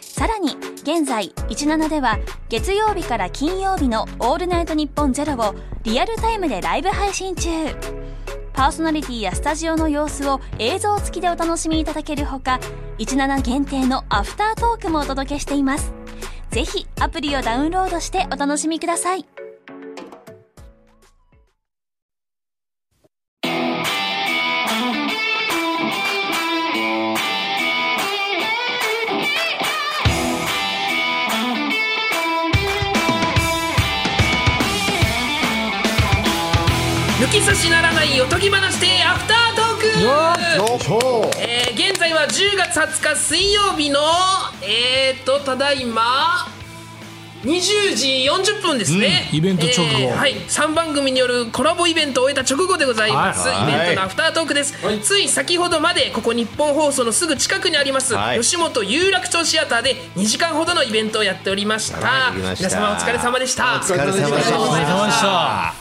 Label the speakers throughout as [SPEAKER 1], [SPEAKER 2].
[SPEAKER 1] さらに現在17では月曜日から金曜日の「オールナイトニッポンゼロをリアルタイムでライブ配信中パーソナリティやスタジオの様子を映像付きでお楽しみいただけるほか17限定のアフタートークもお届けしていますぜひアプリをダウンロードしてお楽しみください
[SPEAKER 2] 抜き差しならないおとぎ話でアフタートーク
[SPEAKER 3] よっしょ
[SPEAKER 2] えー、現在は10月20日水曜日のえーとただいま20時40分ですね、
[SPEAKER 4] うんイベント直後
[SPEAKER 2] えーはい3番組によるコラボイベントを終えた直後でございます、
[SPEAKER 3] はいはい
[SPEAKER 2] イベントのアフタートークです、つい先ほどまでここ日本放送のすぐ近くにあります、
[SPEAKER 3] はい
[SPEAKER 2] 吉本有楽町シアターで2時間ほどのイベントをやっておりました
[SPEAKER 3] はいできました
[SPEAKER 2] 皆様お疲れ様でした
[SPEAKER 3] お疲れ様でし
[SPEAKER 4] お疲れ
[SPEAKER 3] た
[SPEAKER 4] 様でした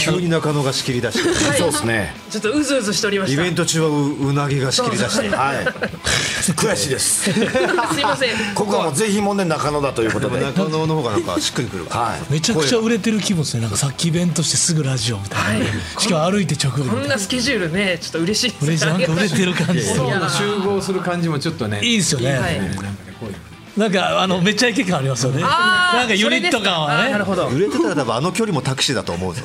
[SPEAKER 3] 急に中野が仕切り出して
[SPEAKER 5] そうですね。
[SPEAKER 2] ちょっとうずうずしておりまし
[SPEAKER 3] イ
[SPEAKER 2] た
[SPEAKER 3] ベント中はううなぎが仕切り出して
[SPEAKER 5] はい。悔しいです。
[SPEAKER 2] すいません
[SPEAKER 5] ここはもうぜひもね中野だということで。
[SPEAKER 3] 中野の方がなんかしっくりくるか
[SPEAKER 5] はい。
[SPEAKER 4] めちゃくちゃ売れてる気分ですねなんかさっきイベントしてすぐラジオみたいな、しかも歩いて直後み
[SPEAKER 2] こ
[SPEAKER 4] たい
[SPEAKER 2] ん
[SPEAKER 4] な
[SPEAKER 2] なスケジュールねちょっと嬉しいで
[SPEAKER 4] 嬉し
[SPEAKER 2] す
[SPEAKER 4] いなんか売れてる感じする
[SPEAKER 6] 今日の集合する感じもちょっとね
[SPEAKER 4] いいですよね、
[SPEAKER 2] はい
[SPEAKER 4] なんかあのめっちゃイケ感ありますよね
[SPEAKER 2] あー
[SPEAKER 4] なんかユニット感は
[SPEAKER 2] それですかあーなる
[SPEAKER 4] ね
[SPEAKER 2] ほど
[SPEAKER 3] ら売れてたら多分あの距離もタクシーだと思うぞ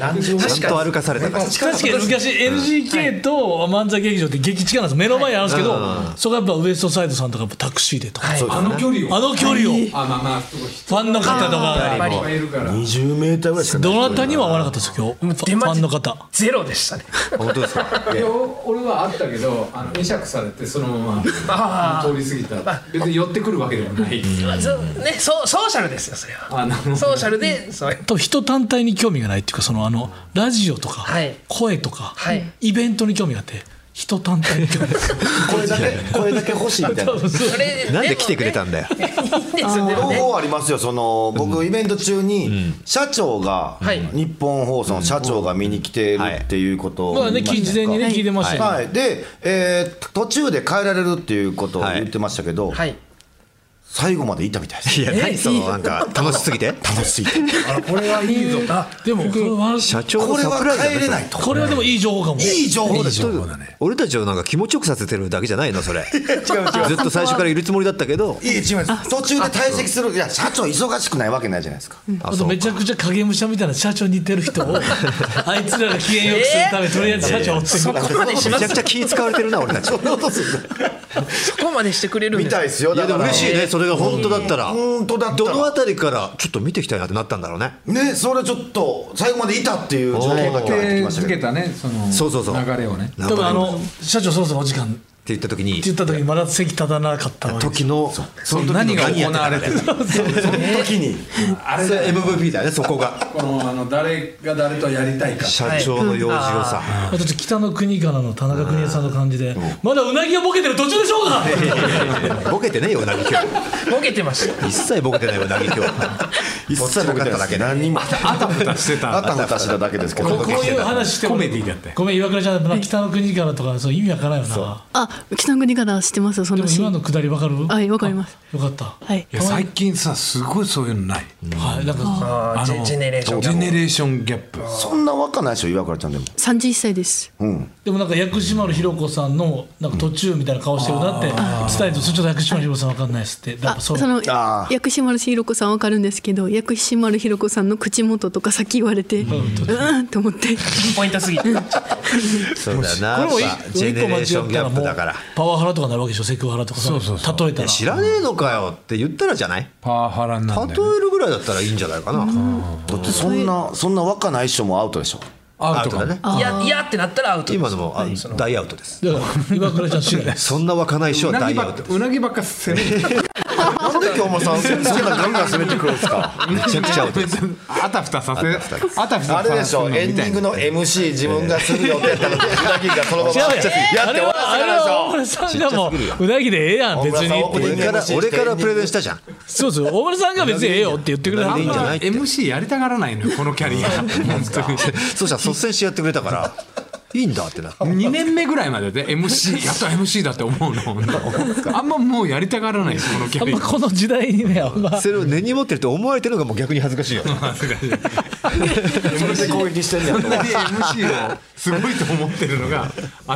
[SPEAKER 3] 何十ちゃんと歩かされたから
[SPEAKER 4] 確かに昔 NGK と漫才劇場って激近なんです目の前にあるんですけど、そこはやっぱウエストサイドさんとかやっぱタクシーでとか、
[SPEAKER 6] あの距離を
[SPEAKER 4] あの距離をフ
[SPEAKER 6] あまあまあ人がいっ
[SPEAKER 4] ァンの方とか
[SPEAKER 2] ぱ
[SPEAKER 4] が
[SPEAKER 2] り
[SPEAKER 6] ぱいいるから
[SPEAKER 5] 二十メーターぐらいしかない。
[SPEAKER 4] どなたにも合わなかったですよ今日フ
[SPEAKER 2] 出待
[SPEAKER 4] ァ
[SPEAKER 2] ち
[SPEAKER 4] ンの方
[SPEAKER 2] ゼロでしたね
[SPEAKER 3] 本当ですか
[SPEAKER 6] いや俺はあったけどあの会釈されてそのまま通り過ぎた別に寄ってくるわけでもない
[SPEAKER 2] そうねそうソーシャルですよそれは
[SPEAKER 6] あなるほど
[SPEAKER 2] ソーシャルでそう
[SPEAKER 4] と人単体に興味がないっていうかそのあのラジオとか、
[SPEAKER 2] はい
[SPEAKER 4] 声とか、
[SPEAKER 2] はい
[SPEAKER 4] イベントに興味があって人単体に興味があって
[SPEAKER 5] これだけこれだけ欲しい みたいな。
[SPEAKER 2] それ
[SPEAKER 3] なんで来てくれ
[SPEAKER 2] た
[SPEAKER 3] たんだよ
[SPEAKER 2] いいんですよでも
[SPEAKER 5] 両
[SPEAKER 2] ね
[SPEAKER 5] 方ありますよその僕イベント中に社長が
[SPEAKER 2] はい
[SPEAKER 5] 日本放送の社長が見に来てるっていうことを
[SPEAKER 4] まあね
[SPEAKER 5] 言いした
[SPEAKER 4] 事前にね聞いてましたよね
[SPEAKER 5] はいでえー途中で変えられるっていうことを言ってましたけど
[SPEAKER 2] はい
[SPEAKER 5] 最後までいたみたいです
[SPEAKER 3] いや何そのなんか楽しすぎて
[SPEAKER 5] 楽しい
[SPEAKER 6] これはいいぞ
[SPEAKER 4] でもこれは
[SPEAKER 3] 社長
[SPEAKER 5] こ
[SPEAKER 3] の
[SPEAKER 5] れ
[SPEAKER 3] サ
[SPEAKER 5] は
[SPEAKER 3] プライズだ
[SPEAKER 5] 変えれないと
[SPEAKER 4] これはでもいい情報かも
[SPEAKER 5] いい情報ですよ
[SPEAKER 3] 俺たちをなんか気持ちよくさせてるだけじゃないのそれずっと最初からいるつもりだったけど
[SPEAKER 5] いい違います途中で退席するいや社長忙しくないわけないじゃないですか
[SPEAKER 4] あとめちゃくちゃ影武者みたいな社長に似てる人をあいつらが機嫌よくするためとりあえず社長を追ってくる
[SPEAKER 2] ここまで
[SPEAKER 3] め
[SPEAKER 2] し
[SPEAKER 3] ち
[SPEAKER 2] ま
[SPEAKER 3] ゃ
[SPEAKER 2] す
[SPEAKER 3] くちゃ気使われてるな俺たちい
[SPEAKER 2] そこまでしてくれるん
[SPEAKER 5] み
[SPEAKER 2] です
[SPEAKER 5] たいですよだ
[SPEAKER 3] や
[SPEAKER 5] か
[SPEAKER 3] で
[SPEAKER 5] ら
[SPEAKER 3] も嬉しいねそれが本当だったら
[SPEAKER 5] 本当だった
[SPEAKER 3] どの
[SPEAKER 5] ら
[SPEAKER 3] あたりからちょっと見ていきたいなってなったんだろうね
[SPEAKER 5] ねそれちょっと最後までいたっていう情報だけは入ってきました
[SPEAKER 6] 続
[SPEAKER 5] け
[SPEAKER 6] け
[SPEAKER 5] ど
[SPEAKER 6] たねその
[SPEAKER 3] そうそうそう
[SPEAKER 6] 流れをね
[SPEAKER 3] 名
[SPEAKER 4] 多分
[SPEAKER 3] 前
[SPEAKER 4] あ
[SPEAKER 3] も
[SPEAKER 4] の社長そろそろお時間って
[SPEAKER 3] って言った時に
[SPEAKER 4] 言った時にまだ席立たなかったわけです
[SPEAKER 3] 時のその時の
[SPEAKER 6] 何が
[SPEAKER 3] や
[SPEAKER 6] 行
[SPEAKER 3] って
[SPEAKER 6] われてる
[SPEAKER 5] その時に
[SPEAKER 3] あれそれ MVP だよねそこが
[SPEAKER 6] このあの誰が誰とやりたいか
[SPEAKER 3] 社長の用事をさ
[SPEAKER 4] あとちょっと北の国からの田中邦衛さんの感じでまだうなぎがボケてる途中でしょうか
[SPEAKER 3] ボケてねえようなぎ今 日
[SPEAKER 2] ボケてました
[SPEAKER 3] 一切ボケてないうなぎ今日 一切ボケてただけ
[SPEAKER 5] 何にもあ
[SPEAKER 6] あたふたしてた
[SPEAKER 5] たふたしただけですけど
[SPEAKER 4] こういう話しても
[SPEAKER 6] コメディだって
[SPEAKER 4] ごめん岩倉ちゃん北の国からとかそう意味わからんよな
[SPEAKER 7] あ、北の国から知ってますよそ
[SPEAKER 4] で
[SPEAKER 7] の
[SPEAKER 4] も
[SPEAKER 7] シー
[SPEAKER 4] 今
[SPEAKER 7] ン。
[SPEAKER 4] のくだりわかる
[SPEAKER 7] はい、わかります。
[SPEAKER 4] よかった
[SPEAKER 7] はい。
[SPEAKER 6] いや最近さすごいそういうのない
[SPEAKER 4] はいなんか
[SPEAKER 2] あージェジェネレーション
[SPEAKER 6] ジェネレーションギャップ
[SPEAKER 5] そんな若ないでしょ岩倉ちゃんでも
[SPEAKER 7] 三十一歳です。
[SPEAKER 4] でもなんか薬師丸ひろ子さんのなんか途中みたいな顔してるなって伝えてちょっと薬師丸ひろ子さんわかんないですってやっ
[SPEAKER 7] あ、
[SPEAKER 4] ぱ
[SPEAKER 7] そ
[SPEAKER 4] そう
[SPEAKER 7] の
[SPEAKER 5] あー
[SPEAKER 7] 薬師丸ひろ子さんわかるんですけど、薬師丸ひろ子さんの口元とか先言われて、うーんと思って。
[SPEAKER 2] ポイントす ぎて
[SPEAKER 3] そうだよな
[SPEAKER 4] これも
[SPEAKER 3] やっぱジェネレーションギャップだから
[SPEAKER 4] パワハラとかなるわけでしょセクハラとかさ例えたら
[SPEAKER 3] 知らねえのかよって言ったらじゃない
[SPEAKER 6] パワハラにな
[SPEAKER 3] 例
[SPEAKER 6] んだよね
[SPEAKER 3] えるぐらいだったらいいんじゃないかな
[SPEAKER 5] だってそんなそんな若ない人もアウトでしょ
[SPEAKER 6] ア
[SPEAKER 3] ア
[SPEAKER 6] ウト
[SPEAKER 3] ウト
[SPEAKER 6] か
[SPEAKER 3] だ
[SPEAKER 6] も
[SPEAKER 2] い
[SPEAKER 3] ね
[SPEAKER 2] やいやってなったらアウト
[SPEAKER 3] 今のもあ大アウトです
[SPEAKER 4] だから岩倉ちゃん知らない
[SPEAKER 3] そんな若ないう人は
[SPEAKER 6] なぎ
[SPEAKER 3] 大
[SPEAKER 6] ば
[SPEAKER 3] アウ
[SPEAKER 6] っ
[SPEAKER 3] ト
[SPEAKER 6] かうなぎばっか攻める
[SPEAKER 5] なんで京本さんそんなガンガン攻めてくるんですか
[SPEAKER 3] めちゃくちゃ音です
[SPEAKER 8] あたふたさせ
[SPEAKER 3] あたふた
[SPEAKER 8] あたふた
[SPEAKER 5] あれでしょエンディングの MC 自分がするよって言ったらうなぎがそのままやって
[SPEAKER 4] あれ
[SPEAKER 5] 終わ
[SPEAKER 4] は
[SPEAKER 5] ら
[SPEAKER 4] あ
[SPEAKER 5] せ
[SPEAKER 4] れ
[SPEAKER 5] たでしょ
[SPEAKER 4] は大村さんがもううなぎでええやん別
[SPEAKER 5] 大村さんオープニン
[SPEAKER 4] に
[SPEAKER 5] グ
[SPEAKER 3] 俺から俺からプレゼンしたじゃん
[SPEAKER 4] そうそう大村さんが別にええよって言ってくれた
[SPEAKER 3] いいんじゃないって
[SPEAKER 8] MC やりたがらないのよこのキャリア本
[SPEAKER 3] そうしたら率先してやってくれたから いいんだってな
[SPEAKER 8] 当に2年目ぐらいまでで MC やっと MC だって思うの本当あんまもうやりたがらないですこのキ
[SPEAKER 4] あ
[SPEAKER 8] ャ
[SPEAKER 4] ん
[SPEAKER 8] リア
[SPEAKER 4] まこの時代にねあんま
[SPEAKER 3] それを根に持ってると思われてるのがもう逆に恥ずかしいよ ね
[SPEAKER 5] それで攻撃してんねやと
[SPEAKER 8] そんなに MC をすごいと思ってるのが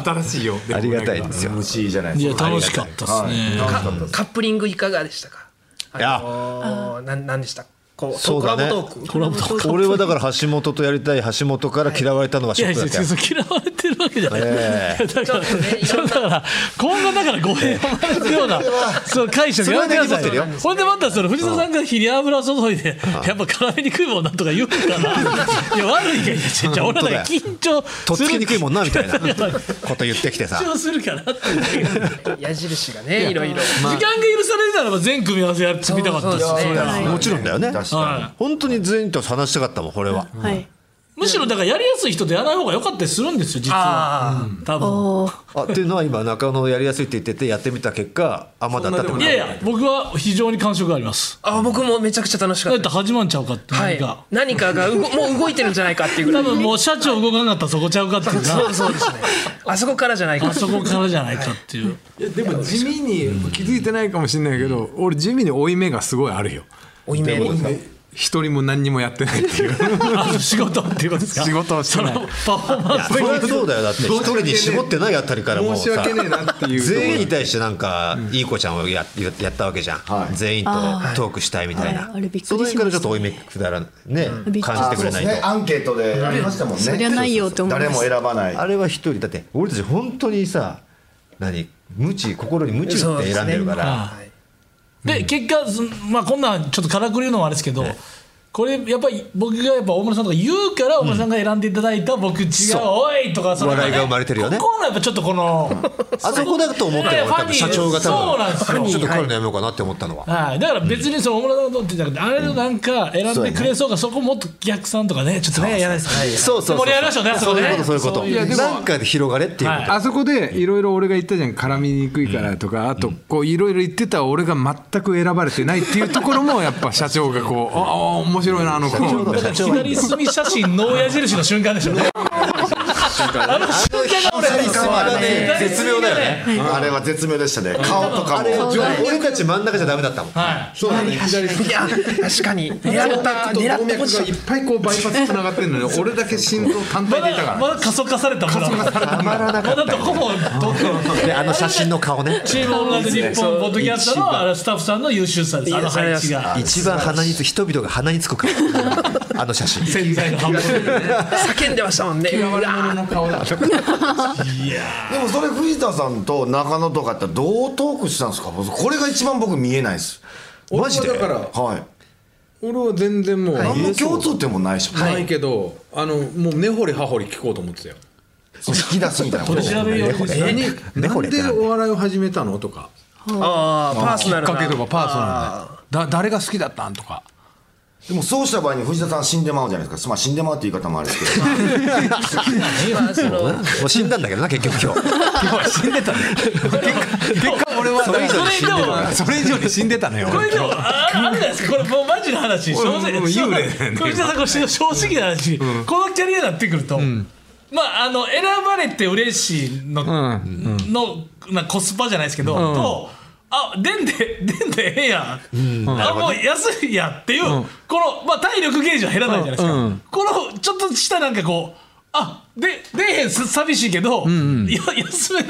[SPEAKER 8] 新しいよ
[SPEAKER 3] ありがたいですよ
[SPEAKER 5] MC じゃない
[SPEAKER 4] い
[SPEAKER 5] で
[SPEAKER 4] や
[SPEAKER 5] すか
[SPEAKER 4] 楽しかったですね
[SPEAKER 2] カップリングいかがでしたかあのー、なんなんでしたこう
[SPEAKER 3] そうだね
[SPEAKER 2] コラボトーク
[SPEAKER 4] コラボと
[SPEAKER 3] 俺はだから橋本とやりたい橋本から嫌われたのが
[SPEAKER 4] い
[SPEAKER 3] ショ
[SPEAKER 4] や
[SPEAKER 3] ッ
[SPEAKER 4] い
[SPEAKER 3] ク
[SPEAKER 4] や
[SPEAKER 3] だったよ
[SPEAKER 4] そう嫌われてるわけじゃない、だから
[SPEAKER 2] ちょっとねいろんな
[SPEAKER 4] だから今後だから語弊を生るようなその解釈やめてくださ
[SPEAKER 3] それは根に持ってるよ
[SPEAKER 4] いほんでまたその藤田さんが火に油注いでやっぱ絡めにくいもんなとか言うからいや悪いがいやちっちゃ俺らが緊張
[SPEAKER 3] とっ
[SPEAKER 4] す
[SPEAKER 3] つき
[SPEAKER 4] る
[SPEAKER 3] にくいもんなみたいなこと言ってきてさ
[SPEAKER 4] 緊張するからっていうだけで
[SPEAKER 2] 矢印がねいろいろ
[SPEAKER 4] 時間が許されるならば全組み合わせやってみたかったです
[SPEAKER 2] そうそうそう
[SPEAKER 4] それは
[SPEAKER 3] もちろんだよね
[SPEAKER 5] 確か
[SPEAKER 4] は
[SPEAKER 3] 本当に全員と話したかったもんこれは
[SPEAKER 7] はい
[SPEAKER 4] い、むしろだからやりやすい人とやらない方が良かったりするんですよ実は、うん多分
[SPEAKER 7] おー
[SPEAKER 3] あっていうのは今中野やりやすいって言っててやってみた結果あまだだっても
[SPEAKER 4] い
[SPEAKER 3] な
[SPEAKER 4] やいや僕は非常に感触があります
[SPEAKER 2] あ僕もめちゃくちゃ楽しか
[SPEAKER 4] だ
[SPEAKER 2] っ
[SPEAKER 4] ったて始まんちゃうかって
[SPEAKER 2] は
[SPEAKER 4] 何
[SPEAKER 2] い
[SPEAKER 4] か、、
[SPEAKER 2] 何かがうごもう動いてるんじゃないかっていうぐら
[SPEAKER 4] 多
[SPEAKER 2] い
[SPEAKER 4] 分もう社長動かなかったらそこちゃうかっていう
[SPEAKER 2] そう
[SPEAKER 4] な
[SPEAKER 2] そうですねあそこからじゃないか
[SPEAKER 4] あそこからじゃないかっていう
[SPEAKER 8] いやでも地味に気づいてないかもしれないけど俺地味に負い目がすごいあるよ
[SPEAKER 2] おいめ
[SPEAKER 8] 一人も何にもやってないっていう
[SPEAKER 4] あの仕事っていうことですか
[SPEAKER 8] 仕事をし て
[SPEAKER 4] その
[SPEAKER 8] ない
[SPEAKER 4] パフォーマンス
[SPEAKER 3] そりゃそうだよだって一人に絞ってないあたりからもう
[SPEAKER 8] 申し
[SPEAKER 3] さ
[SPEAKER 8] 訳ねえなっていうところ
[SPEAKER 3] 全員に対してなんかいい子ちゃんをやややったわけじゃん全員とトークしたいみたいな
[SPEAKER 7] はいあれびっくりしました
[SPEAKER 3] その辺からちょっと追い目くだらね
[SPEAKER 7] びっくり
[SPEAKER 3] 感じ
[SPEAKER 5] あ
[SPEAKER 3] てく
[SPEAKER 5] そう
[SPEAKER 3] れ
[SPEAKER 5] で
[SPEAKER 3] な
[SPEAKER 5] す
[SPEAKER 3] い
[SPEAKER 5] ね
[SPEAKER 3] と
[SPEAKER 5] アンケートでありましたもんね
[SPEAKER 7] そりゃないよって思いま
[SPEAKER 5] 誰
[SPEAKER 7] す
[SPEAKER 5] も選ばない
[SPEAKER 3] あれは一人だって俺たち本当にさ何無知心に無知打って選んでるから
[SPEAKER 2] はい
[SPEAKER 4] で結果、そのまあ、こんなんちょっとからくり言うのもあれですけど、これやっぱり僕がやっぱ大村さんとか言うから大村さんが選んでいただいた僕違う、おいとかその
[SPEAKER 3] 笑いが生まれてるよね
[SPEAKER 4] ここのやっぱちょっとこの
[SPEAKER 3] あそこだと思ってる
[SPEAKER 4] いやい
[SPEAKER 3] 俺
[SPEAKER 4] や
[SPEAKER 3] 多分社長が
[SPEAKER 4] ファニーそうなんです
[SPEAKER 3] 多
[SPEAKER 4] よ
[SPEAKER 3] 分ちょっと彼のやめようかなって思ったのは
[SPEAKER 4] はい、だから別にその大村さんとってじゃなくてあれのなんか選んでくれそうか、そこもっと逆算とかねちょっとねやらないですね
[SPEAKER 3] そうそうそう
[SPEAKER 4] 盛り上がりましょうねあそ
[SPEAKER 3] そ
[SPEAKER 4] こ
[SPEAKER 3] う
[SPEAKER 4] ね
[SPEAKER 3] いうことそういうこと
[SPEAKER 8] いやでも
[SPEAKER 3] なんかで広がれっていうこと
[SPEAKER 4] はい
[SPEAKER 8] あそこでいろいろ俺が言ったじゃん絡みにくいからとかあとこういろいろ言ってた俺が全く選ばれてないっていうところもやっぱ社長がこうああ面白いなあの子
[SPEAKER 4] だから左隅写真の矢印の瞬間でしょうね。あの瞬間が俺
[SPEAKER 5] 左側はね
[SPEAKER 3] 絶妙だよね
[SPEAKER 5] あれは絶妙でしたね顔とかも
[SPEAKER 3] 俺たち真ん中じゃダメだったもん
[SPEAKER 4] は
[SPEAKER 8] そうだね左
[SPEAKER 2] いや確かに狙った狙
[SPEAKER 8] 動
[SPEAKER 2] った
[SPEAKER 8] 脈
[SPEAKER 2] ポジショ
[SPEAKER 8] が
[SPEAKER 2] ン
[SPEAKER 8] いっぱいこうバイパスつながってるのに俺だけ心臓単体でいたか
[SPEAKER 4] ま
[SPEAKER 8] ら
[SPEAKER 4] だ加速化されたまだまだどこもどこ
[SPEAKER 3] であの写真の顔ね
[SPEAKER 4] チームオンライン日本ポッドキャストのあのスタッフさんの優秀さですあの配置が
[SPEAKER 3] 一番鼻につ人々が鼻につく 顔あの写真
[SPEAKER 4] 潜在の半分
[SPEAKER 2] 叫んでましたもんねうわ
[SPEAKER 5] でもそれ藤田さんと中野とかってどうトークしたんですかこれが一番僕見えないです
[SPEAKER 3] マジで
[SPEAKER 8] 俺はだから
[SPEAKER 5] はい
[SPEAKER 8] 俺は全然もう
[SPEAKER 5] 何の共通点もないでしょ
[SPEAKER 8] ないけどあのもう根掘り葉掘り聞こうと思ってたよ
[SPEAKER 5] 引き出すみたいな こと
[SPEAKER 4] 取り調べようですね
[SPEAKER 8] 何
[SPEAKER 3] 根掘
[SPEAKER 8] な
[SPEAKER 3] りっ
[SPEAKER 8] ん
[SPEAKER 3] て
[SPEAKER 8] で
[SPEAKER 3] なんだ
[SPEAKER 8] お笑いを始めたのとか
[SPEAKER 2] あーパーソ
[SPEAKER 8] き
[SPEAKER 2] ナ
[SPEAKER 8] っ
[SPEAKER 2] ルな
[SPEAKER 8] かけとかパーソナルだよだ誰が好きだったんとか
[SPEAKER 5] でもそうした場合に藤田さん死んでまうじゃないですかまあ死んでまうって言い方もあるんですけど
[SPEAKER 2] まあその
[SPEAKER 3] もう死んだんだけどな結局今日
[SPEAKER 8] 死んでたね結果結果俺は
[SPEAKER 4] それ以上に死んでるから
[SPEAKER 8] それ以上に死んでたね俺
[SPEAKER 4] これでもああれじゃないですかこれもうマジな話正直
[SPEAKER 8] もう幽霊だよね
[SPEAKER 4] これさんこれ正直な話、このキャリアになってくると、まああの選ばれて嬉しいの、のなコスパじゃないですけど、とあでんで でんでええやん、あもう安いやんっていう、この、まあ、体力ゲージは減らないじゃないですか、このちょっとしたなんかこうあで出えへんす寂しいけど、いや休める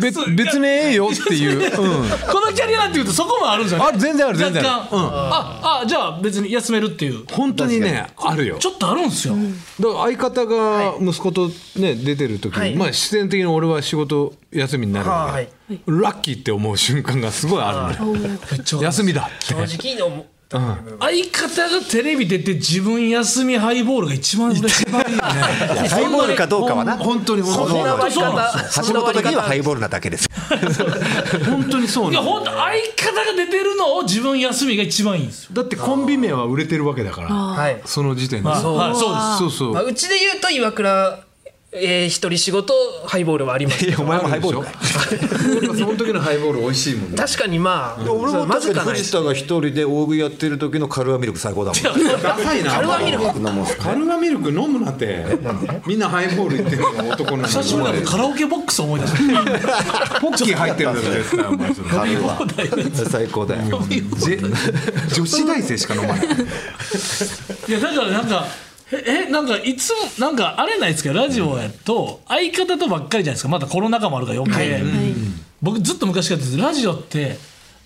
[SPEAKER 8] 別別にええよっていう、うん、
[SPEAKER 4] このキャリアなんていうとそこもあるんですよね
[SPEAKER 8] あ全然ある全然ある
[SPEAKER 4] 若干ああじゃあ別に休めるっていう
[SPEAKER 8] 本当にねあるよ
[SPEAKER 4] ちょっとあるんですよ、
[SPEAKER 8] だから相方が息子とね出てる時に、
[SPEAKER 2] はい
[SPEAKER 8] まあ必然的に俺は仕事休みになる
[SPEAKER 2] は
[SPEAKER 8] わ
[SPEAKER 2] い
[SPEAKER 8] け、ラッキーって思う瞬間がすごいあるのよ
[SPEAKER 4] めっちゃ
[SPEAKER 8] 休みだって
[SPEAKER 2] 正直の
[SPEAKER 4] ったんだけど、相方がテレビ出て自分休みハイボールが一番嬉しい
[SPEAKER 3] ハイボールかどうかはな。
[SPEAKER 8] 本当に本
[SPEAKER 3] こ
[SPEAKER 8] 当
[SPEAKER 3] の
[SPEAKER 8] に
[SPEAKER 3] 終わり
[SPEAKER 4] そうなん
[SPEAKER 2] で
[SPEAKER 3] 方橋本的にはハイボールなだけです。
[SPEAKER 8] 本当にそう
[SPEAKER 4] いや
[SPEAKER 8] なの
[SPEAKER 4] 本当相方が出てるのを自分休みが一番いいんですよ
[SPEAKER 8] だってコンビ名は売れてるわけだから
[SPEAKER 2] はい
[SPEAKER 8] その時点で
[SPEAKER 4] あ
[SPEAKER 8] そう
[SPEAKER 4] はいそう
[SPEAKER 8] そうそ
[SPEAKER 2] まあ、
[SPEAKER 8] う
[SPEAKER 2] うちで言うと岩倉、えー、一人仕事ハイボールはあります
[SPEAKER 3] いやお前もハイボールかい。
[SPEAKER 6] その時のハイボール美味しいもんね
[SPEAKER 2] 確かにまあ、
[SPEAKER 3] 俺も
[SPEAKER 2] まず
[SPEAKER 3] 確か
[SPEAKER 2] か
[SPEAKER 3] に
[SPEAKER 2] ない
[SPEAKER 3] 藤田が一人で大食いやってる時のカルアミルク最高だもん。
[SPEAKER 8] ダサいな
[SPEAKER 2] カルアミルク
[SPEAKER 5] 僕飲むんすか
[SPEAKER 8] カルアミルク飲むなってみんなハイボール言ってるのが男の人
[SPEAKER 4] 久しぶりだとカラオケボックス思い出した
[SPEAKER 8] ポッキー入ってるんだぞ絶対お前それ
[SPEAKER 5] カルは
[SPEAKER 3] 最高だよ。
[SPEAKER 8] ジェ女子大生しか飲 まない
[SPEAKER 4] いやだからなんかええなんかいつもなんかあれないですかラジオやと相方とばっかりじゃないですかまだコロナ禍もあるから余計、
[SPEAKER 7] はい
[SPEAKER 4] 僕ずっと昔からですラジオって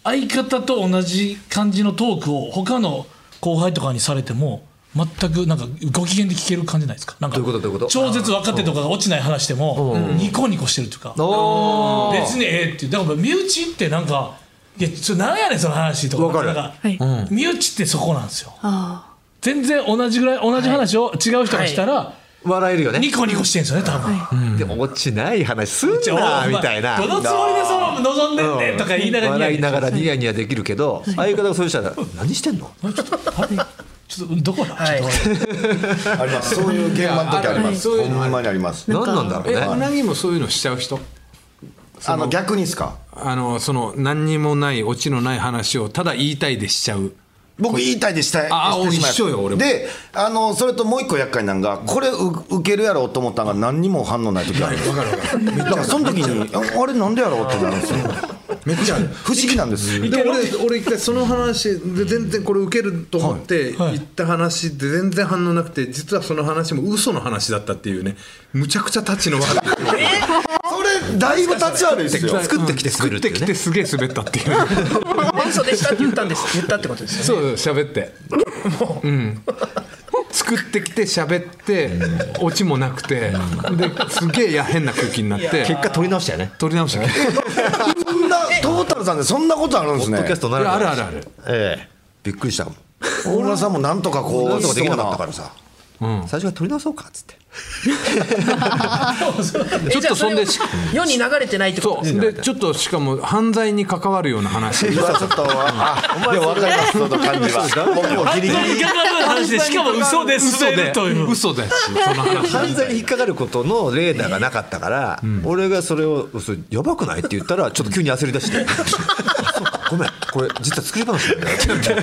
[SPEAKER 4] 相方と同じ感じのトークを他の後輩とかにされても全くなんかご機嫌で聞ける感じないですかなんか
[SPEAKER 3] どういうことどういうこと
[SPEAKER 4] 超絶若手とかが落ちない話でもニコニコしてるというか
[SPEAKER 3] おー
[SPEAKER 4] 別にええっていうだから身内ってなんかいやちょなんやねんその話とか
[SPEAKER 3] わかる
[SPEAKER 4] なんか
[SPEAKER 7] はい
[SPEAKER 4] 身内ってそこなんですよ
[SPEAKER 7] あ
[SPEAKER 4] 全然同じぐらい同じ話を違う人がしたら、
[SPEAKER 3] 笑えるよね
[SPEAKER 4] ニ。コニコしてるんですよね多分。
[SPEAKER 3] でも落ちない話すん
[SPEAKER 4] お
[SPEAKER 3] な
[SPEAKER 4] 前
[SPEAKER 3] みたいな。
[SPEAKER 4] どのつもりでその望んでんねんとか言いながらニヤ
[SPEAKER 3] 笑
[SPEAKER 4] ニヤ
[SPEAKER 3] いながらニヤニヤできるけど、相方がそうしたら何してんの？
[SPEAKER 4] ちょっとどこだ、
[SPEAKER 2] はい
[SPEAKER 4] ちょっと待って
[SPEAKER 5] ありますそういう現場の時あります
[SPEAKER 8] そう
[SPEAKER 5] ほ
[SPEAKER 8] いうのある
[SPEAKER 5] んまにあります
[SPEAKER 3] 何なんだろ
[SPEAKER 8] え
[SPEAKER 3] う
[SPEAKER 8] う
[SPEAKER 3] ね。
[SPEAKER 8] なぎもそういうのしちゃう人
[SPEAKER 5] あの逆にですか
[SPEAKER 8] あのその何にもないオチのない話をただ言いたいでしちゃう
[SPEAKER 5] 僕言いたいでしたい
[SPEAKER 8] あ
[SPEAKER 5] してしまいます
[SPEAKER 8] 一緒よ俺も
[SPEAKER 5] であのそれともう一個厄介なんがこれう受けるやろうと思ったんが何にも反応ない時ある だからその時にああれなんでやろうってなるん ですよめっちゃ不思議なんです
[SPEAKER 8] で俺俺一回その話で全然これ受けると思って
[SPEAKER 4] はい
[SPEAKER 8] 言った話で全然反応なくて実はその話も嘘の話だったっていうねむちゃくちゃタッチの悪い
[SPEAKER 5] それだいぶ立ち悪いです よ
[SPEAKER 3] 作ってきて滑るっていう
[SPEAKER 8] 来て
[SPEAKER 3] ね。
[SPEAKER 8] すげえ滑ったっていう
[SPEAKER 2] 嘘でしたって言ったんです言ったってことですよね
[SPEAKER 8] そう喋ってうん 作ってきて喋ってオチもなくてですげえいや変な空気になって
[SPEAKER 3] 結果取り直したよね。
[SPEAKER 8] 取り直したけど
[SPEAKER 5] そんなトータルさんでそんなことあるんで
[SPEAKER 3] ポ
[SPEAKER 5] す
[SPEAKER 3] ッド
[SPEAKER 5] ね
[SPEAKER 3] キャストならでは
[SPEAKER 8] あるあるある。
[SPEAKER 3] ええびっくりしたもん。
[SPEAKER 5] 大村さんもなんとかこう
[SPEAKER 3] なんとかできなかったかららさ。最初から取り直そうかっつって。
[SPEAKER 8] ちょっとそんでし
[SPEAKER 2] 世に流れてないってこと
[SPEAKER 8] そうでちょっとしかも犯罪に関わるような話
[SPEAKER 5] ちょっと あでも分かりますその感じは僕もギリギリ
[SPEAKER 4] 引っかかる話でしかも嘘で
[SPEAKER 8] 嘘
[SPEAKER 4] 滑る
[SPEAKER 8] で
[SPEAKER 4] という
[SPEAKER 8] 嘘だしその話
[SPEAKER 3] 犯罪に引っかかることのレーダーがなかったから、俺がそれを「それやばくない?」って言ったらちょっと急に焦り出 して「そうかごめんこれ実は作り話なんだよ」って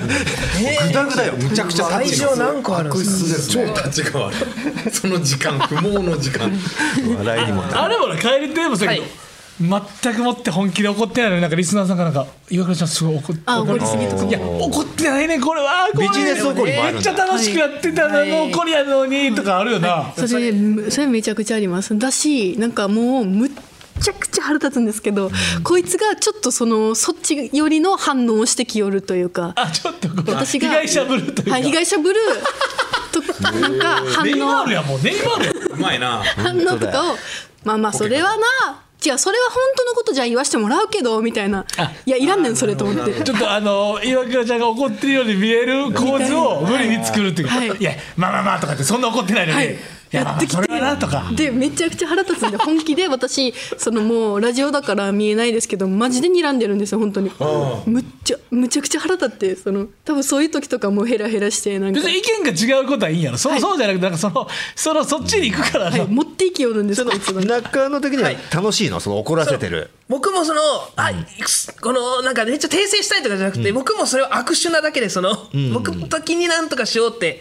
[SPEAKER 3] 言って グダグダよむちゃくちゃ
[SPEAKER 2] 愛情何個あるんですか
[SPEAKER 8] 超立ち変わるその時間不毛の時間
[SPEAKER 3] 笑いにもな
[SPEAKER 4] あれもね帰りテーブルだけど、
[SPEAKER 2] はい
[SPEAKER 4] 全くもって本気で怒ってないのになんかリスナーさんがなんか岩倉ちゃんすごい怒って
[SPEAKER 7] あ怒りすぎとか
[SPEAKER 4] いや怒ってないねこれはこれ
[SPEAKER 3] ビジネス怒りもあるんだ
[SPEAKER 4] めっちゃ楽しくやってたのに、
[SPEAKER 2] はい
[SPEAKER 4] 怒りやのにとかあるよな、
[SPEAKER 7] それそれめちゃくちゃありますだしなんかもうむっちゃくちゃ腹立つんですけど、こいつがちょっとそのそっち寄りの反応をしてきよるというか
[SPEAKER 4] あちょっとこう
[SPEAKER 7] 私
[SPEAKER 4] 被
[SPEAKER 7] が
[SPEAKER 4] 害者ぶるというか、
[SPEAKER 7] はい、被害者ブル ーとなんか
[SPEAKER 4] ネイマー
[SPEAKER 7] 反応
[SPEAKER 4] ルやもうネイマールや
[SPEAKER 8] うまいな
[SPEAKER 7] 反応とかをまあまあそれはな違うそれは本当のことじゃ言わしてもらうけどみたいないやいらんねんそれと思って
[SPEAKER 4] ちょっとあの岩倉ちゃんが怒ってるように見える構図を無理に作るっていうか、
[SPEAKER 7] はいい、
[SPEAKER 4] やまあまあまあとかってそんな怒ってないのに、、
[SPEAKER 7] はいい
[SPEAKER 4] や
[SPEAKER 7] やってきて
[SPEAKER 4] まあまあそれはなとか
[SPEAKER 7] でめちゃくちゃ腹立つんで本気で私そのもうラジオだから見えないですけどマジで睨んでるんですよ本当にむっちゃむちゃくちゃ腹立ってその多分そういう時とかもうヘラヘラしてなんか
[SPEAKER 4] 別、に意見が違うことはいいんやろそう,、そうじゃなくてなんかそのそのそっちに行くから、
[SPEAKER 7] はい、持っていきよるんですこいつが
[SPEAKER 3] 中野的には楽しいのその怒らせてる
[SPEAKER 2] 僕もその、あ、くすこの、なんかめっちゃ訂正したいとかじゃなくて、僕もそれを悪手なだけで、その、僕の時になんとかしようって、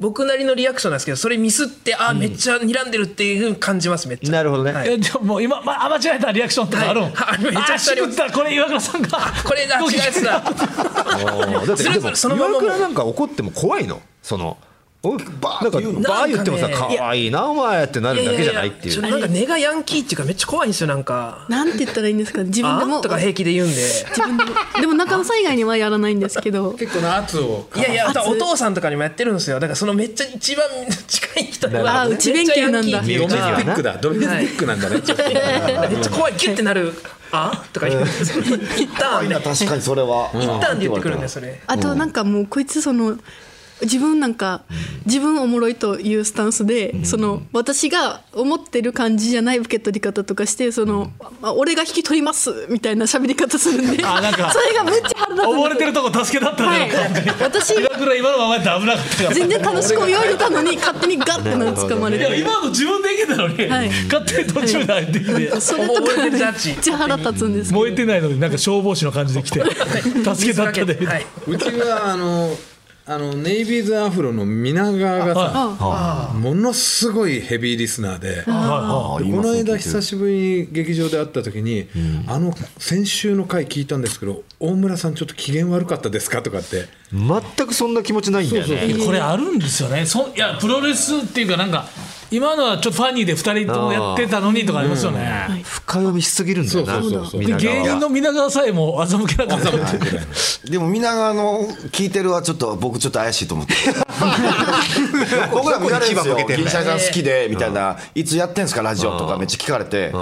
[SPEAKER 2] 僕なりのリアクションなんですけど、それミスって、あ、めっちゃ睨んでるっていうふうに感じます、めっちゃ。
[SPEAKER 3] なるほどね、
[SPEAKER 4] えじゃあもう今、まあ、間違えたリアクションとかあるもん、
[SPEAKER 2] はいあめちゃくちゃ
[SPEAKER 4] あし
[SPEAKER 2] あり
[SPEAKER 4] く
[SPEAKER 2] ま
[SPEAKER 4] っ
[SPEAKER 2] す
[SPEAKER 4] たこれ岩倉さんが
[SPEAKER 2] これだ、違うやつだ。
[SPEAKER 3] あーだって
[SPEAKER 2] ずるず
[SPEAKER 3] でも
[SPEAKER 2] る そのままも
[SPEAKER 3] 岩
[SPEAKER 2] う
[SPEAKER 3] 倉なんか怒っても怖いのそのおバー
[SPEAKER 5] 言う
[SPEAKER 3] なんかバー言ってもさ
[SPEAKER 2] なんか
[SPEAKER 3] 「
[SPEAKER 2] ね
[SPEAKER 3] かわいいなお前」ってなるだけじゃないってい
[SPEAKER 2] ちょ
[SPEAKER 3] う
[SPEAKER 2] なんか根がヤンキーっていうかめっちゃ怖いんですよなんか
[SPEAKER 7] なんて言ったらいいんですか自分で
[SPEAKER 2] あ
[SPEAKER 7] も
[SPEAKER 2] とか平気で言うんで
[SPEAKER 7] 自分でもでも中野さん以外にはやらないんですけど
[SPEAKER 8] 結構な圧を
[SPEAKER 2] いやいや
[SPEAKER 7] 熱い
[SPEAKER 2] お父さんとかにもやってるんですよだからそのめっちゃ一番近い人
[SPEAKER 7] るほどねあーうち弁慶なんだ
[SPEAKER 2] めっちゃヤンキーっていうか
[SPEAKER 8] だドミノ
[SPEAKER 2] スティッ
[SPEAKER 8] クなんだね
[SPEAKER 2] めっちゃ怖いギュッてなるあとか言う一旦みたいな
[SPEAKER 5] 確かにそれは
[SPEAKER 2] 一旦で言ってくるんだよそれ
[SPEAKER 7] あとなんかもうこいつその自分なんか自分おもろいというスタンスでその私が思ってる感じじゃない受け取り方とかしてそのまあ俺が引き取りますみたいな喋り方するんで
[SPEAKER 4] あなんか
[SPEAKER 7] それがむっちゃ腹立つんだけど
[SPEAKER 4] 溺れてるとこ助けだった
[SPEAKER 7] は
[SPEAKER 4] ね
[SPEAKER 7] い。私
[SPEAKER 4] イラクラ今のままやったら危なかったから
[SPEAKER 7] 全然楽しく泳いでたのに勝手にガッてなんか掴まれ
[SPEAKER 4] いや
[SPEAKER 7] て
[SPEAKER 4] 今の自分でいけたのに、
[SPEAKER 7] はい
[SPEAKER 4] 勝手に途中で入ってきて
[SPEAKER 7] それとか
[SPEAKER 2] 溺れ
[SPEAKER 7] め
[SPEAKER 2] て
[SPEAKER 7] っ
[SPEAKER 2] ジャッジ
[SPEAKER 7] ちゃ腹立つんですけど
[SPEAKER 4] 燃えてないのになんか消防士の感じで来て助けたったで、
[SPEAKER 2] 水かけはい、
[SPEAKER 8] うちはあのあのネイビーズアフロの皆川がさものすごいヘビーリスナーで。
[SPEAKER 5] ああ
[SPEAKER 8] で
[SPEAKER 5] 言い
[SPEAKER 8] こ
[SPEAKER 5] ます
[SPEAKER 8] の
[SPEAKER 5] ね
[SPEAKER 8] 間久しぶりに劇場で会った時に、あの先週の回聞いたんですけど大村さんちょっと機嫌悪かったですかとかって
[SPEAKER 3] 全くそんな気持ちないんだよね
[SPEAKER 4] これあるんですよねそいやプロレスっていうかなんか今のはちょっとファニーで2人ともやってたのにとかありますよね、
[SPEAKER 3] 深読みしすぎるんだよな
[SPEAKER 8] そうそうそう
[SPEAKER 3] みん
[SPEAKER 4] で
[SPEAKER 3] なが
[SPEAKER 4] 芸人の皆川さえも欺けなかったっていう
[SPEAKER 5] でも皆川の聞いてるはちょっと僕ちょっと怪しいと思って僕ら見られるんです
[SPEAKER 3] ど
[SPEAKER 5] よ
[SPEAKER 3] こに牙向けてんだよ
[SPEAKER 5] 銀シャリさん好きでみたいな、いつやってんすかラジオとかめっちゃ聞かれて、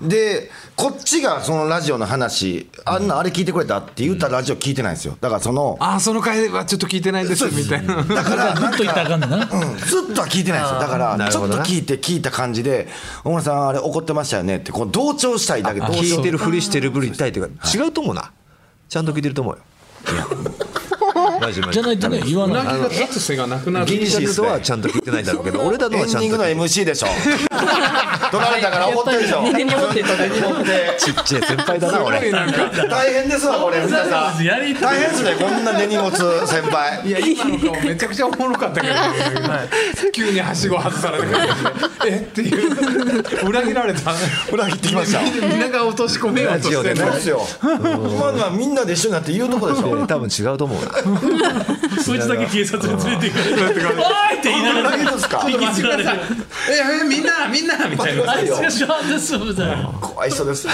[SPEAKER 5] でこっちがそのラジオの話あんなあれ聞いてくれたって言ったラジオ聞いてないんですよだからその
[SPEAKER 8] ああその回はちょっと聞いてないですみたいな
[SPEAKER 5] だから
[SPEAKER 4] ずっと言ったらあかんねんな
[SPEAKER 5] うんずっとは聞いてないんですよだから
[SPEAKER 3] な
[SPEAKER 5] ち
[SPEAKER 3] る
[SPEAKER 5] ょ
[SPEAKER 3] ほ
[SPEAKER 5] っ
[SPEAKER 3] ど
[SPEAKER 5] と
[SPEAKER 3] な
[SPEAKER 5] 聞いて聞いた感じで「大村さんあれ怒ってましたよね」ってこう同調したいだけ同調
[SPEAKER 3] 聞いてるふりしてるぶりたいというか違うと思うなちゃんと聞いてると思うよマジマジ
[SPEAKER 4] じゃないとね言わない
[SPEAKER 8] が立つ瀬がなくな
[SPEAKER 3] ギリシャ スはちゃんと聞いてないだろうけど俺らの
[SPEAKER 5] エ
[SPEAKER 3] は
[SPEAKER 5] ン
[SPEAKER 3] ち
[SPEAKER 5] デ
[SPEAKER 3] ゃん
[SPEAKER 5] ィング
[SPEAKER 3] と
[SPEAKER 5] の MC でし ょ取られたから怒ってるでしょ
[SPEAKER 7] 根に持ってた
[SPEAKER 5] 根に持って
[SPEAKER 3] ちっちゃい先輩だな俺
[SPEAKER 5] 大変ですわこれ皆さん
[SPEAKER 4] やりた
[SPEAKER 5] 大変ですねこんな根に持つ先輩
[SPEAKER 8] いや今の顔めちゃくちゃおもろかったけど、急にはしご外されてえっていう裏切られた
[SPEAKER 5] 裏切ってきました
[SPEAKER 8] みんなが落とし込めようとして
[SPEAKER 5] そう
[SPEAKER 8] ね
[SPEAKER 5] ですよ今のはみんなで一緒になって言うとこでしょ
[SPEAKER 3] 多分違うと思うな
[SPEAKER 4] そいつだけ警察に連れて行く おいって言いなが
[SPEAKER 5] 裏
[SPEAKER 4] ら
[SPEAKER 5] 切るんですか
[SPEAKER 4] 引きずられて
[SPEAKER 8] えみんなみんなみたいな
[SPEAKER 4] あいつがショーですみたいな
[SPEAKER 5] 怖い人ですわ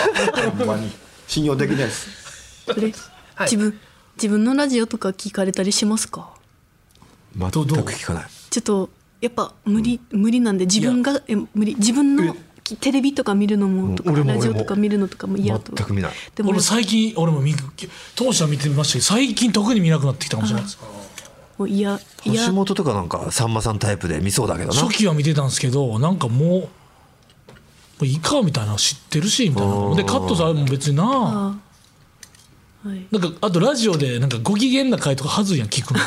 [SPEAKER 5] ほんまに信用できないです
[SPEAKER 7] 自分自分のラジオとか聞かれたりしますか
[SPEAKER 3] 全く聞かない
[SPEAKER 7] ちょっとやっぱ無理無理なんで自分がえ無理自分のきテレビとか見るのもとか
[SPEAKER 3] 俺も
[SPEAKER 7] ラジオ
[SPEAKER 3] 俺も
[SPEAKER 7] とか見るのとかも嫌と
[SPEAKER 3] 全く見ない
[SPEAKER 7] でも
[SPEAKER 4] 俺最近俺も見当初は見てましたけど最近特に見なくなってきたかもしれないです
[SPEAKER 7] もう嫌嫌
[SPEAKER 3] 橋本とかなんかさんまさんタイプで見そうだけどな
[SPEAKER 4] 初期は見てたんですけどなんかもうもういいかみたいな知ってるしみたいなでカットされも別にな
[SPEAKER 7] あはい
[SPEAKER 4] なんかあとラジオでなんかご機嫌な回とかはずいやん聞くのめ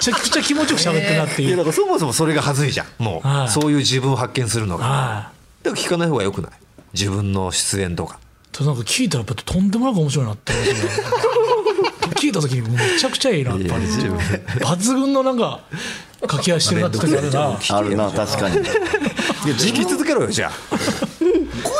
[SPEAKER 4] ちゃくちゃ気持ちよく喋ってるなって
[SPEAKER 3] い
[SPEAKER 4] い
[SPEAKER 3] や
[SPEAKER 4] う、
[SPEAKER 3] だからそもそもそれが恥ずいじゃんも
[SPEAKER 4] はいう
[SPEAKER 3] そういう自分を発見するのが
[SPEAKER 4] は
[SPEAKER 3] だから聞かない方がよくない自分の出演とか
[SPEAKER 4] いとなんか聞いたらやっぱとんでもなく面白いなって思いましたね聞いた時にめちゃくちゃいいなやっぱり抜群のなんか駆け足してるなって時あるな
[SPEAKER 5] あるな確かに
[SPEAKER 3] いや聞き続けろよじゃ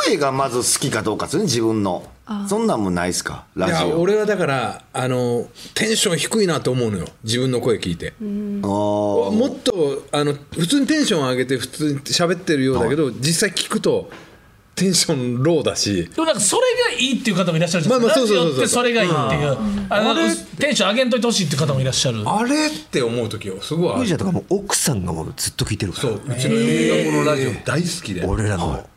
[SPEAKER 5] 声がまず好きかどうかですね自分のそんなんもないですかラ
[SPEAKER 8] いや
[SPEAKER 5] ジオ
[SPEAKER 8] 俺はだからあのテンション低いなと思うのよ自分の声聞いて、
[SPEAKER 5] あ
[SPEAKER 8] もっとあの普通にテンション上げて普通に喋ってるようだけど、実際聞くとテンションローだし
[SPEAKER 4] でもなんかそれがいいっていう方もいらっしゃるじゃないですか、
[SPEAKER 8] まあまあそうそうそうそう
[SPEAKER 4] ラジオってそれがいいっていう、あのテンション上げんといてほしいっていう方もいらっしゃる
[SPEAKER 8] あれって思う時をすごいあ
[SPEAKER 3] あ
[SPEAKER 8] る
[SPEAKER 3] じゃとかもう奥さんがもうずっと聞いてるか
[SPEAKER 8] そう
[SPEAKER 3] ら
[SPEAKER 8] うちの嫁がこのラジオ大好きで
[SPEAKER 3] 俺らの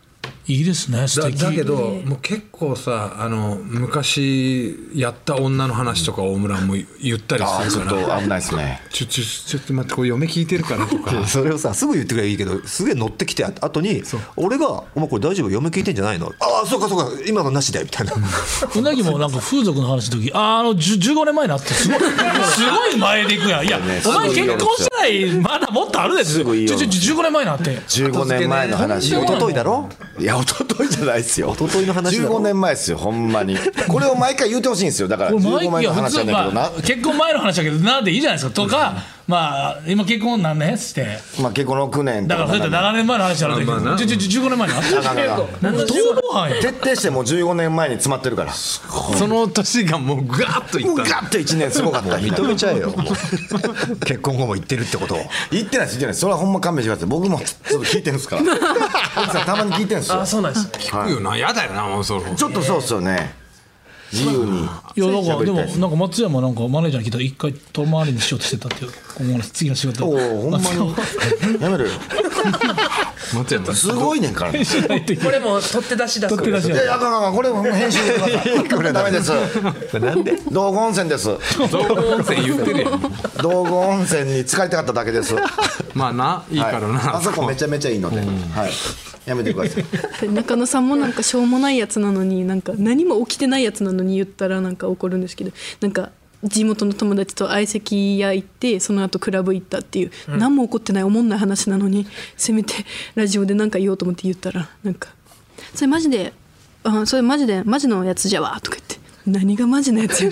[SPEAKER 4] いいですね素
[SPEAKER 8] だ
[SPEAKER 4] 敵
[SPEAKER 8] だけどもう結構さあの昔やった女の話とか大村も言ったり
[SPEAKER 5] あ
[SPEAKER 8] す
[SPEAKER 5] ち
[SPEAKER 8] る
[SPEAKER 5] ょっ
[SPEAKER 8] か
[SPEAKER 5] と
[SPEAKER 8] ら
[SPEAKER 5] 危ないですね
[SPEAKER 8] ちょちょちょっと待ってこれ嫁聞いてるからとか
[SPEAKER 3] それをさすぐ言ってくればいいけどすげえ乗ってきてあ後に俺が「お前これ大丈夫嫁聞いてんじゃないの?」「ああそうかそうか今のなしで」みたいな
[SPEAKER 4] うなぎもなんか風俗の話の時あーあのじゅ15年前になってすごいすごい前でいくやんいやお前結婚してないまだもっとあるです
[SPEAKER 5] ごい
[SPEAKER 4] ち
[SPEAKER 5] よ
[SPEAKER 4] ょちょちょ15年前になって
[SPEAKER 5] 15年前の話
[SPEAKER 3] 一昨日だろ
[SPEAKER 5] いや一昨日じゃないですよ
[SPEAKER 3] 一昨日の話だろ
[SPEAKER 5] 15年前ですよほんまにこれを毎回言うてほしいんですよだから15年前の話なんだけど
[SPEAKER 4] ま
[SPEAKER 5] な
[SPEAKER 4] あ、結婚前の話だけどなんでいいじゃないですかとか、まあ今結婚何年して
[SPEAKER 5] まあ結婚6年と
[SPEAKER 4] だからそれって7年前の話あるんだけど、
[SPEAKER 8] まあまあな
[SPEAKER 4] ちょちょちょ15年前になってる
[SPEAKER 5] なかなか
[SPEAKER 4] なんか逃亡犯やん
[SPEAKER 5] 徹底してもう15年前に詰まってるから
[SPEAKER 8] その年がもうガーッとい
[SPEAKER 5] もう
[SPEAKER 8] っ
[SPEAKER 5] ガ
[SPEAKER 8] た
[SPEAKER 5] ッて1年すごかった
[SPEAKER 3] 認めちゃえよもう結婚後も言ってるってことを
[SPEAKER 5] 言ってないです言ってないですそれはほんま勘弁してください僕もちょっと聞いてるんです から奥さんたまに聞いてるんですよ
[SPEAKER 2] あそうなんですね
[SPEAKER 8] 聞くよな嫌だよなもうその
[SPEAKER 5] ちょっとそうっすよね自由に
[SPEAKER 4] いやだからでも
[SPEAKER 5] 喋りたいです
[SPEAKER 4] なんか松山なんかマネージャーに聞いたら一回遠回りにしようとしてたっていう今後の次の仕事
[SPEAKER 5] おおほんまにやめろよ
[SPEAKER 8] 松山
[SPEAKER 5] すごいねんからね
[SPEAKER 4] しないといけ
[SPEAKER 2] こ
[SPEAKER 4] な
[SPEAKER 2] れ
[SPEAKER 4] い
[SPEAKER 2] もう取って出しだそう
[SPEAKER 4] 取って
[SPEAKER 2] です
[SPEAKER 4] 出し
[SPEAKER 5] いやいやあかんあかんこれも編集してくださいダメです
[SPEAKER 3] なんで
[SPEAKER 5] 道後温泉です
[SPEAKER 8] 道後温泉言ってるやん
[SPEAKER 5] 道後温泉に浸かりたかっただけです
[SPEAKER 8] まあないいからな、
[SPEAKER 5] はいあそこめちゃめちゃいいので、はい、やめてください
[SPEAKER 7] で中野さんもなんかしょうもないやつなのになんか何も起きてないやつなのに言ったらなんか怒るんですけどなんか地元の友達と相席屋行ってその後クラブ行ったっていう、何も起こってないおもんない話なのにせめてラジオで何か言おうと思って言ったらなんか「それマジであそれマジでマジのやつじゃわ」とか言って「何がマジのやつや」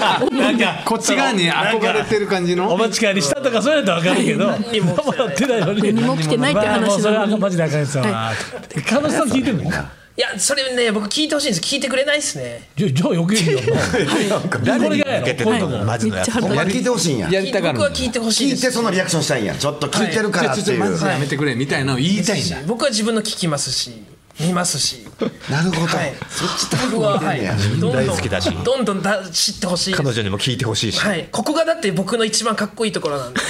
[SPEAKER 4] なんか
[SPEAKER 8] こっち側に憧れてる感じの
[SPEAKER 4] お待ち帰りしたとかそういうのは分かるけど何もやってないのに
[SPEAKER 7] 何も起きてないって話なの
[SPEAKER 4] まあ
[SPEAKER 7] に
[SPEAKER 4] もうそれはマジであかんやつだな彼女さん聞いてんのいや
[SPEAKER 2] いやそれね僕聞いてほしいんです聞いてくれないっすね
[SPEAKER 4] じゃあ余計によ
[SPEAKER 3] 誰に向けてるの
[SPEAKER 4] はい
[SPEAKER 3] マジの
[SPEAKER 7] め
[SPEAKER 3] や
[SPEAKER 7] っ
[SPEAKER 3] つ
[SPEAKER 7] ちゃ腹
[SPEAKER 5] ほんま
[SPEAKER 7] 立つ
[SPEAKER 5] 聞いてほしいんや
[SPEAKER 8] や
[SPEAKER 2] 聞い
[SPEAKER 8] りたがる
[SPEAKER 2] 僕は聞いてほしい
[SPEAKER 5] 聞
[SPEAKER 2] で
[SPEAKER 5] いて
[SPEAKER 2] す
[SPEAKER 5] そのリアクションしたいんやちょっと聞いてるからって
[SPEAKER 8] ちょ
[SPEAKER 5] い
[SPEAKER 8] っと
[SPEAKER 5] う、
[SPEAKER 8] マジでやめてくれみたいなのを言いたいんだ、
[SPEAKER 2] 僕は自分の聞きますし見ますし
[SPEAKER 5] なるほど、
[SPEAKER 2] はい
[SPEAKER 5] そっち多
[SPEAKER 2] 僕
[SPEAKER 5] 分
[SPEAKER 2] は、
[SPEAKER 5] 見て
[SPEAKER 2] は
[SPEAKER 5] ん
[SPEAKER 2] い
[SPEAKER 5] ねや、、
[SPEAKER 2] どんどん
[SPEAKER 3] 大好きだし
[SPEAKER 2] どんどんだ知ってほしいです
[SPEAKER 3] 彼女にも聞いてほしいし、
[SPEAKER 2] はい、ここがだって僕の一番かっこいいところ なんで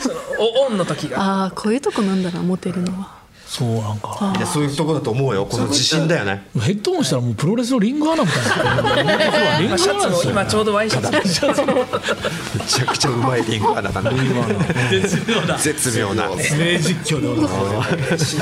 [SPEAKER 2] そのおオンの時が
[SPEAKER 7] ああこういうとこなんだなモテるのは
[SPEAKER 4] そうなんか
[SPEAKER 3] いやそういうとこだと思うよこの自信だよね
[SPEAKER 4] ヘッドホンしたらもうプロレスのリングアナみたい な。リングアナ
[SPEAKER 2] シャツも今ちょうどワイシャツ
[SPEAKER 3] めちゃくちゃうまいリングアナだな絶妙な
[SPEAKER 4] 名実況でございます。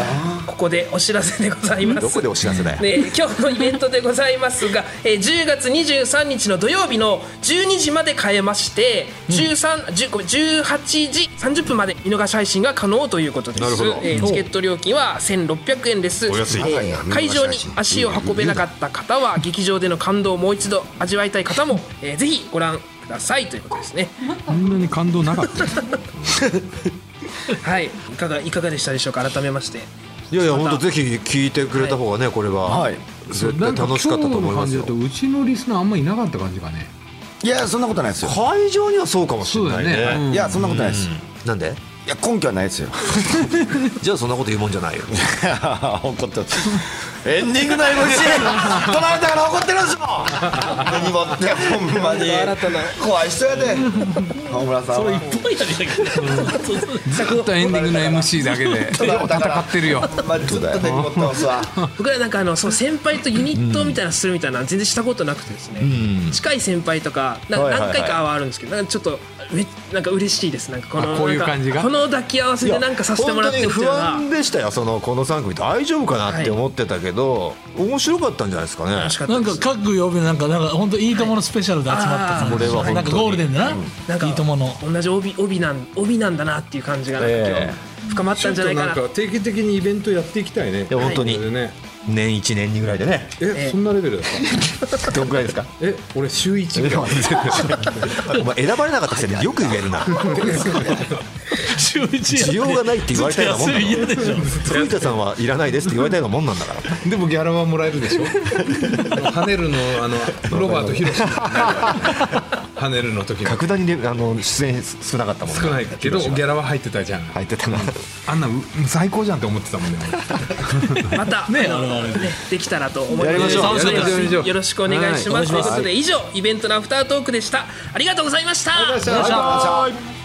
[SPEAKER 2] ここでお知らせでございます
[SPEAKER 3] どこでお知らせだよ
[SPEAKER 2] ね、今日のイベントでございますが、えー10月23日の土曜日の12時まで変えまして、13 10ごめん18時30分まで見逃し配信が可能ということです
[SPEAKER 3] なるほど
[SPEAKER 2] えーチケット料金は1600円です
[SPEAKER 3] お安い
[SPEAKER 2] えー会場に足を運べなかった方は劇場での感動をもう一度味わいたい方も、えーぜひご覧くださいということですね
[SPEAKER 8] こんなに感動なかった
[SPEAKER 2] はいいかがいかがでしたでしょうか改めまして
[SPEAKER 3] いやいや本当ぜひ聞いてくれた方がねこれは、
[SPEAKER 5] はい
[SPEAKER 3] 絶対楽しかったと思います
[SPEAKER 8] なんか今日の感じだ
[SPEAKER 3] よ
[SPEAKER 8] とうちのリスナーあんまいなかった感じがね
[SPEAKER 5] いやそんなことないですよ、
[SPEAKER 3] 会場にはそうかもしれないね
[SPEAKER 8] そうだよね
[SPEAKER 5] いやそんなことないです、
[SPEAKER 3] なんで
[SPEAKER 5] いや根拠はないですよ
[SPEAKER 3] じゃあそんなこと言うもんじゃないよ
[SPEAKER 5] 怒ってるエンディングの MC 取られたから怒ってるんですよ 何もってほんま に怖い人や で大村さんは
[SPEAKER 8] ずっとエンディングの MC だけで
[SPEAKER 5] 取 られたから
[SPEAKER 8] 戦ってるよ
[SPEAKER 5] ほんまにずっと手に持ってますわ
[SPEAKER 2] 僕らなんかあのそう先輩とユニットみたいなのするみたいなの全然したことなくてですね、近い先輩とかな
[SPEAKER 5] はいはいはい
[SPEAKER 2] 何回かはあるんですけどなんかちょっとめなんか嬉しいですなんかこの
[SPEAKER 8] あこういう
[SPEAKER 2] なんか
[SPEAKER 8] 感じが
[SPEAKER 2] この抱き合わせでなんかさせてもらってるっていうの
[SPEAKER 3] 本当
[SPEAKER 2] は
[SPEAKER 3] に不安でしたよそのこの3組大丈夫かなって思ってたけど、面白かったんじゃないですかね
[SPEAKER 2] 楽しかった
[SPEAKER 4] なん
[SPEAKER 2] で
[SPEAKER 4] か
[SPEAKER 2] す
[SPEAKER 4] 各曜日のなんかなんか本当いいとものスペシャルで集まった感じ。
[SPEAKER 3] はいあーこれは本当に
[SPEAKER 4] なんかゴールデンでな。
[SPEAKER 2] なんか
[SPEAKER 4] いいともの。
[SPEAKER 2] 同じ帯帯なん帯なんだなっていう感じがなんか今日
[SPEAKER 3] え
[SPEAKER 2] 深まったんじゃないかな
[SPEAKER 8] 定期的にイベントやっていきたいね
[SPEAKER 3] いや本当に
[SPEAKER 8] これでね
[SPEAKER 3] 年1年2ぐらいでね
[SPEAKER 8] えそんなレベルです か
[SPEAKER 3] どんくらいですか
[SPEAKER 8] え俺週1ぐら い
[SPEAKER 3] お前選ばれなかったくせによく言えるな
[SPEAKER 4] 週一
[SPEAKER 3] 需要が ないって言われたようなもんだ
[SPEAKER 4] 嫌でしょ。
[SPEAKER 3] 富田さんはいらないですって言われたようなもんなんだから
[SPEAKER 8] でもギャラはもらえるでしょ跳ねるの あのロバートヒロシ跳ねるの時の
[SPEAKER 3] 格段にねあの出演少なかったもんね
[SPEAKER 8] 少ないけどギャラは入ってたじゃん
[SPEAKER 3] 入ってたな
[SPEAKER 8] あんなう最高じゃんって思ってたもんね
[SPEAKER 2] また、あのねできたらと思い
[SPEAKER 3] やりま
[SPEAKER 2] ます
[SPEAKER 3] しょう
[SPEAKER 2] 楽しみ
[SPEAKER 8] やりましょうやりましょう
[SPEAKER 2] よろしくお願いします、
[SPEAKER 8] はい
[SPEAKER 2] ということで以上イベントのアフタートークでしたありがとうございました
[SPEAKER 8] バイバイ